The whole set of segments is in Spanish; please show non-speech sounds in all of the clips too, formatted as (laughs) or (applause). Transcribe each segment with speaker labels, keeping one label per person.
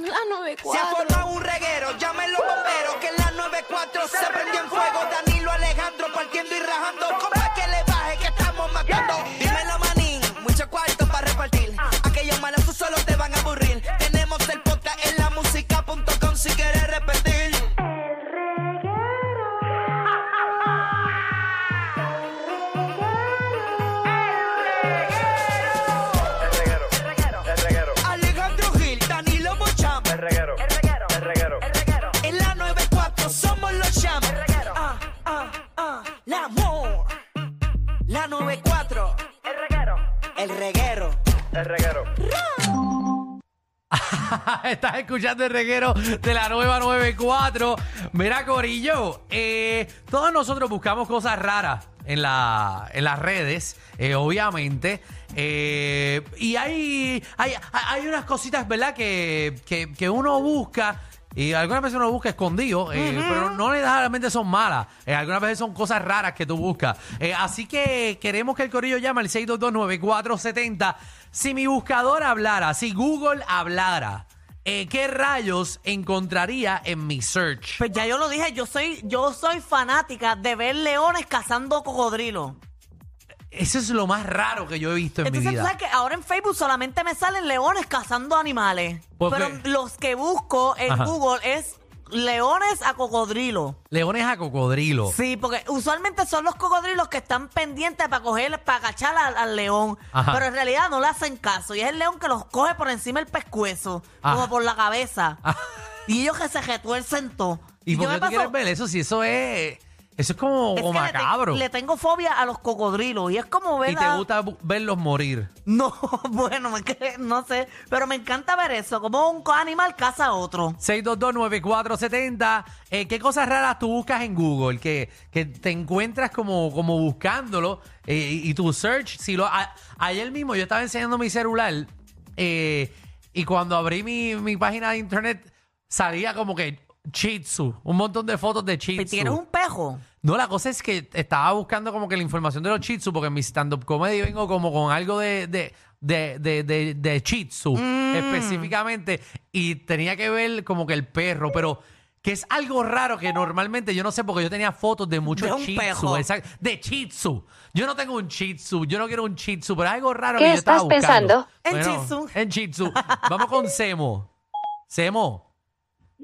Speaker 1: Se ha
Speaker 2: 9-4.
Speaker 1: formado un reguero, llamen los bomberos que en la 94 se prendió en fuego. Danilo Alejandro partiendo y rajando. Compa que le baje que estamos matando. Dímelo manín, mucho cuarto para repartir. Aquellos malazos solo te van a aburrir. Tenemos el podcast en la música.com si quieres repetir.
Speaker 3: El reguero. El reguero. El reguero.
Speaker 1: Alejandro Gil, Danilo Bocham.
Speaker 3: El reguero. El reguero. El reguero. El reguero.
Speaker 1: En la 94 somos los champs. Ah, ah, ah, la amor. La 94,
Speaker 3: El reguero.
Speaker 1: el reguero.
Speaker 3: El reguero.
Speaker 4: (laughs) Estás escuchando el reguero de la nueva 94. Mira, Corillo, eh, todos nosotros buscamos cosas raras en, la, en las redes, eh, obviamente. Eh, y hay, hay, hay unas cositas, ¿verdad?, que, que, que uno busca. Y algunas veces uno busca escondido, eh, pero no necesariamente son malas. Eh, algunas veces son cosas raras que tú buscas. Eh, así que queremos que el corillo llame al 6229470. Si mi buscador hablara, si Google hablara, eh, ¿qué rayos encontraría en mi search?
Speaker 5: Pues ya yo lo dije, yo soy, yo soy fanática de ver leones cazando cocodrilos.
Speaker 4: Eso es lo más raro que yo he visto en
Speaker 5: Entonces
Speaker 4: mi
Speaker 5: tú sabes
Speaker 4: vida.
Speaker 5: que ahora en Facebook solamente me salen leones cazando animales.
Speaker 4: ¿Por
Speaker 5: Pero
Speaker 4: qué?
Speaker 5: los que busco en
Speaker 4: Ajá.
Speaker 5: Google es leones a cocodrilo.
Speaker 4: Leones a cocodrilo.
Speaker 5: Sí, porque usualmente son los cocodrilos que están pendientes para coger, para cachar al, al león.
Speaker 4: Ajá.
Speaker 5: Pero en realidad no le hacen caso. Y es el león que los coge por encima del pescuezo,
Speaker 4: Ajá.
Speaker 5: como por la cabeza.
Speaker 4: Ah,
Speaker 5: Y ellos que se retuercen todo.
Speaker 4: ¿Y, por
Speaker 5: yo
Speaker 4: qué
Speaker 5: me
Speaker 4: tú
Speaker 5: paso-
Speaker 4: quieres ver eso? Si eso es. Eso es como,
Speaker 5: es
Speaker 4: como
Speaker 5: que le te-
Speaker 4: Oh, macabro.
Speaker 5: Le, tengo fobia a los cocodrilos. Y es como ver
Speaker 4: y te
Speaker 5: a-
Speaker 4: gusta bu- verlos morir.
Speaker 5: (laughs) No, bueno, es que no sé. Pero me encanta ver eso. Como un co- animal caza a otro.
Speaker 4: 6229470. Eh, ¿Qué cosas raras tú buscas en Google? Que, que te encuentras como, como buscándolo eh, y, y tu search. Si lo, a- ayer mismo yo estaba enseñando mi celular eh, y cuando abrí mi, mi página de internet salía como que Shih Tzu, un montón de fotos de Shih
Speaker 5: Si tienes
Speaker 4: Tzu.
Speaker 5: un pejo.
Speaker 4: No, la cosa es que estaba buscando como que la información de los Shih Tzu, porque en mi stand-up comedy vengo como con algo de, de, de, de, de, de Shih Tzu,
Speaker 5: Mm.
Speaker 4: específicamente, y tenía que ver como que el perro, pero que es algo raro que normalmente yo no sé, porque yo tenía fotos de muchos
Speaker 5: De un
Speaker 4: Shih Tzu,
Speaker 5: perro.
Speaker 4: exacto, de Shih Tzu. Yo no tengo un Shih Tzu, yo no quiero un Shih Tzu, pero es algo raro
Speaker 6: ¿Qué
Speaker 4: que yo estaba
Speaker 6: estás pensando?
Speaker 5: En
Speaker 4: Bueno,
Speaker 5: Shih Tzu.
Speaker 4: En Shih Tzu. Vamos con Semo. Semo.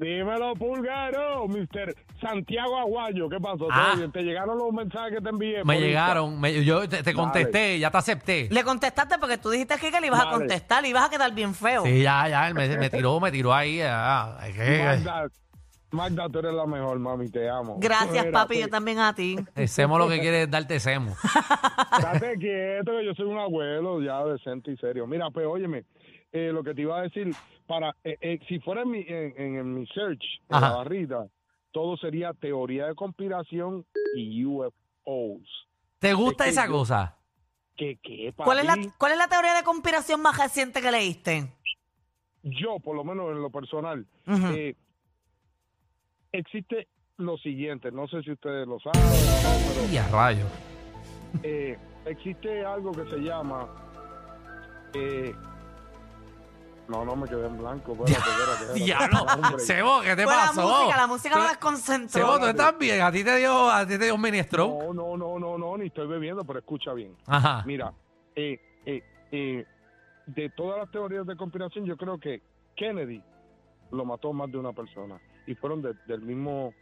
Speaker 7: Dímelo, Pulgaro, Mr. Santiago Aguayo, ¿qué pasó? ¿Todo
Speaker 4: Ah.
Speaker 7: bien? ¿Te llegaron los mensajes que te envié?
Speaker 4: Me
Speaker 7: por
Speaker 4: llegaron, me- yo te, te
Speaker 7: Dale.
Speaker 4: contesté, ya te acepté.
Speaker 5: Le contestaste porque tú dijiste que, que le ibas a
Speaker 7: Vale.
Speaker 5: contestar y ibas a quedar bien feo.
Speaker 4: Sí, ya, ya, él me, me tiró, me tiró ahí. ah, ay,
Speaker 7: Insta?
Speaker 4: que-
Speaker 7: Magda, Magda, tú eres la mejor, mami, te amo.
Speaker 5: Gracias,
Speaker 7: Mira,
Speaker 5: papi.
Speaker 7: sí,
Speaker 5: Yo también a ti.
Speaker 4: el Semo lo que quiere es darte semo.
Speaker 7: Estate quieto, que yo soy un abuelo ya decente y serio. Mira, pues, óyeme, eh, lo que te iba a decir, para eh, eh, si fuera en mi, en, en- en mi search, en
Speaker 4: Ajá.
Speaker 7: la barrita, todo sería teoría de conspiración y UFOs.
Speaker 4: ¿Te gusta
Speaker 7: Es que
Speaker 4: esa
Speaker 7: yo-
Speaker 4: cosa?
Speaker 7: ¿Qué, qué,
Speaker 5: ¿Cuál es, la,
Speaker 7: papi?
Speaker 5: ¿Cuál es la teoría de conspiración más reciente que leíste?
Speaker 7: Yo, por lo menos en lo personal,
Speaker 5: Ujú.
Speaker 7: Eh, existe lo siguiente, no sé si ustedes lo saben, pero
Speaker 4: Y a rayos.
Speaker 7: eh, existe algo que se llama... eh, no, no, me quedé en blanco. espérate, espérate, espérate.
Speaker 4: Diablo,
Speaker 7: Hombre,
Speaker 4: Semo, ¿qué te
Speaker 5: Fue la
Speaker 4: pasó?
Speaker 5: música, la música
Speaker 4: Tú-
Speaker 5: no desconcentró.
Speaker 4: Sebo, tú estás bien, a ti te dio, a ti te dio un minestrón.
Speaker 7: No, no, no, no, no, ni estoy bebiendo, pero escucha bien.
Speaker 4: Ajá.
Speaker 7: Mira, eh, eh, eh, de todas las teorías de conspiración, yo creo que Kennedy lo mató más de una persona y fueron de- del mismo...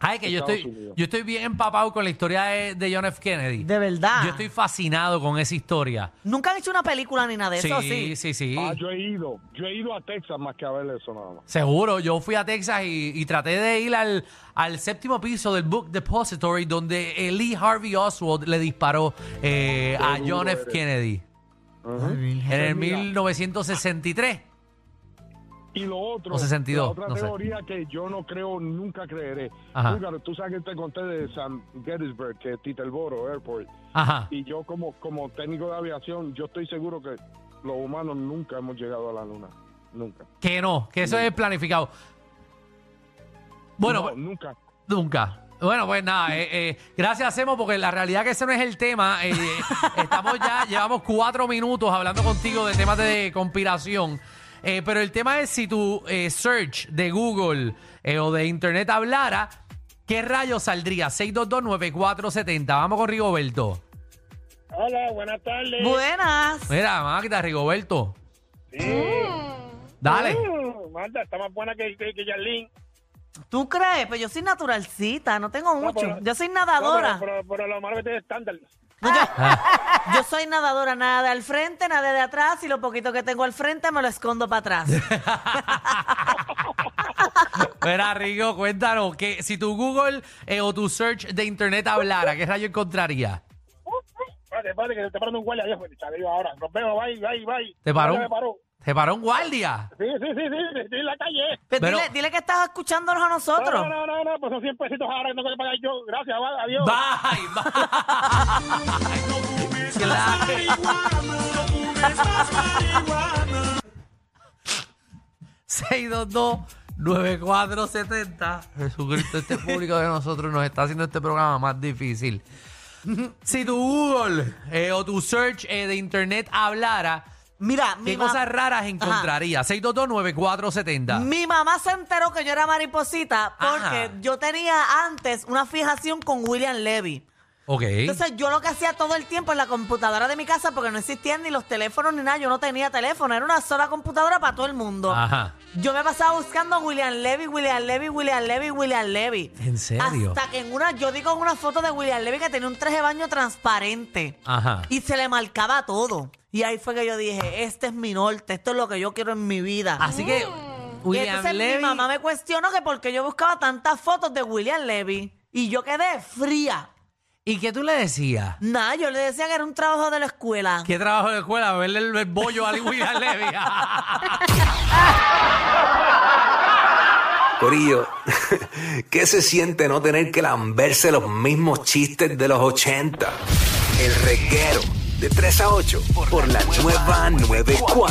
Speaker 4: Ay, que yo
Speaker 7: Estados
Speaker 4: estoy,
Speaker 7: Unidos.
Speaker 4: yo estoy bien empapado con la historia de, de John F. Kennedy.
Speaker 5: De verdad.
Speaker 4: Yo estoy fascinado con esa historia.
Speaker 5: Nunca han hecho una película ni nada de eso, sí.
Speaker 4: sí, sí, sí.
Speaker 7: Ah, yo he ido, yo he ido a Texas más que a ver eso nada más.
Speaker 4: Seguro, yo fui a Texas y, y traté de ir al, al séptimo piso del Book Depository donde eh, Lee Harvey Oswald le disparó eh, a
Speaker 7: duro
Speaker 4: John F.
Speaker 7: eres.
Speaker 4: Kennedy
Speaker 7: Ujú.
Speaker 4: en el
Speaker 7: Mira.
Speaker 4: 1963.
Speaker 7: Y lo otro,
Speaker 4: O 62,
Speaker 7: la otra
Speaker 4: no sé.
Speaker 7: teoría que yo no creo, nunca creeré.
Speaker 4: Ajá.
Speaker 7: Búlgaro, tú sabes que te conté de San Gettysburg, que es Titelboro Airport.
Speaker 4: Ajá.
Speaker 7: Y yo como, como técnico de aviación, yo estoy seguro que los humanos nunca hemos llegado a la luna. Nunca.
Speaker 4: Que no, que eso es planificado. Bueno,
Speaker 7: No,
Speaker 4: pues,
Speaker 7: nunca.
Speaker 4: nunca. Bueno, pues nada, eh, eh, gracias hacemos porque la realidad que ese no es el tema. eh, (laughs) eh, estamos ya, llevamos cuatro minutos hablando contigo de temas de conspiración. Eh, pero el tema es si tu eh, search de Google eh, o de Internet hablara, ¿qué rayos saldría? 6229470. Vamos con Rigoberto.
Speaker 2: Hola, buenas tardes.
Speaker 5: Buenas.
Speaker 4: Mira, Magda, Rigoberto. Dale.
Speaker 2: Mm, Magda, está más buena que, que, que Yarlín.
Speaker 5: ¿Tú crees? Pues yo soy naturalcita, no tengo mucho.
Speaker 2: pero-
Speaker 5: yo soy
Speaker 2: pero,
Speaker 5: nadadora.
Speaker 2: pero, pero lo malo que tiene es estándar.
Speaker 5: Yo soy nadadora, nada de al frente, nada de atrás y lo poquito que tengo al frente me lo escondo
Speaker 4: (laughs)
Speaker 5: para atrás. Pues
Speaker 4: Mira, Rigo, cuéntanos, que si tu Google eh, o tu search de Internet hablara, ¿qué rayo encontraría?
Speaker 2: Espérate, espérate, que se está parando un guardia. Dios, me sale yo ahora. Nos vemos, bye, bye, bye.
Speaker 4: ¿Te paró?
Speaker 2: Ya me paró.
Speaker 4: ¿Te paró un guardia?
Speaker 2: Sí, sí, sí, sí, estoy en la calle.
Speaker 5: Pues
Speaker 4: Pero-
Speaker 5: dile, dile que estás escuchándonos a
Speaker 2: No,
Speaker 5: nosotros.
Speaker 2: no, no, no, no, pues son 100 pesitos ahora que tengo que pagar yo. Gracias, va, adiós.
Speaker 4: Bye, bye. Claro. 622-9470. Jesucristo, este público de nosotros nos está haciendo este programa más difícil. Si tu Google eh, o tu search eh, de internet hablara,
Speaker 5: Mira, mi,
Speaker 4: ¿qué
Speaker 5: ma-
Speaker 4: cosas raras encontraría?
Speaker 5: Ajá.
Speaker 4: 622-9470.
Speaker 5: mi mamá se enteró que yo era mariposita porque
Speaker 4: Ajá.
Speaker 5: yo tenía antes una fijación con William Levy.
Speaker 4: Ok.
Speaker 5: Entonces yo lo que hacía todo el tiempo en la computadora de mi casa, porque no existían ni los teléfonos ni nada, yo no tenía teléfono, era una sola computadora para todo el mundo.
Speaker 4: Ajá.
Speaker 5: Yo me pasaba buscando a William Levy, William Levy, William Levy, William Levy.
Speaker 4: ¿En serio?
Speaker 5: Hasta que en una, yo digo en una foto de William Levy que tenía un traje de baño transparente.
Speaker 4: Ajá.
Speaker 5: Y se le marcaba todo. Y ahí fue que yo dije, este es mi norte, esto es lo que yo quiero en mi vida.
Speaker 4: Así que,
Speaker 5: y
Speaker 4: Ah, William
Speaker 5: Mm. entonces
Speaker 4: Levy.
Speaker 5: mi mamá me cuestionó que porque yo buscaba tantas fotos de William Levy. Y yo quedé fría.
Speaker 4: ¿Y qué tú le decías?
Speaker 5: Nada, yo le decía que era un trabajo de la escuela.
Speaker 4: ¿Qué trabajo de escuela? Beberle el, el bollo a William Levy. (laughs)
Speaker 6: Corillo, (laughs) ¿qué se siente no tener que lamberse los mismos chistes de los 80? El reguero de 3 a 8 por la nueva 94.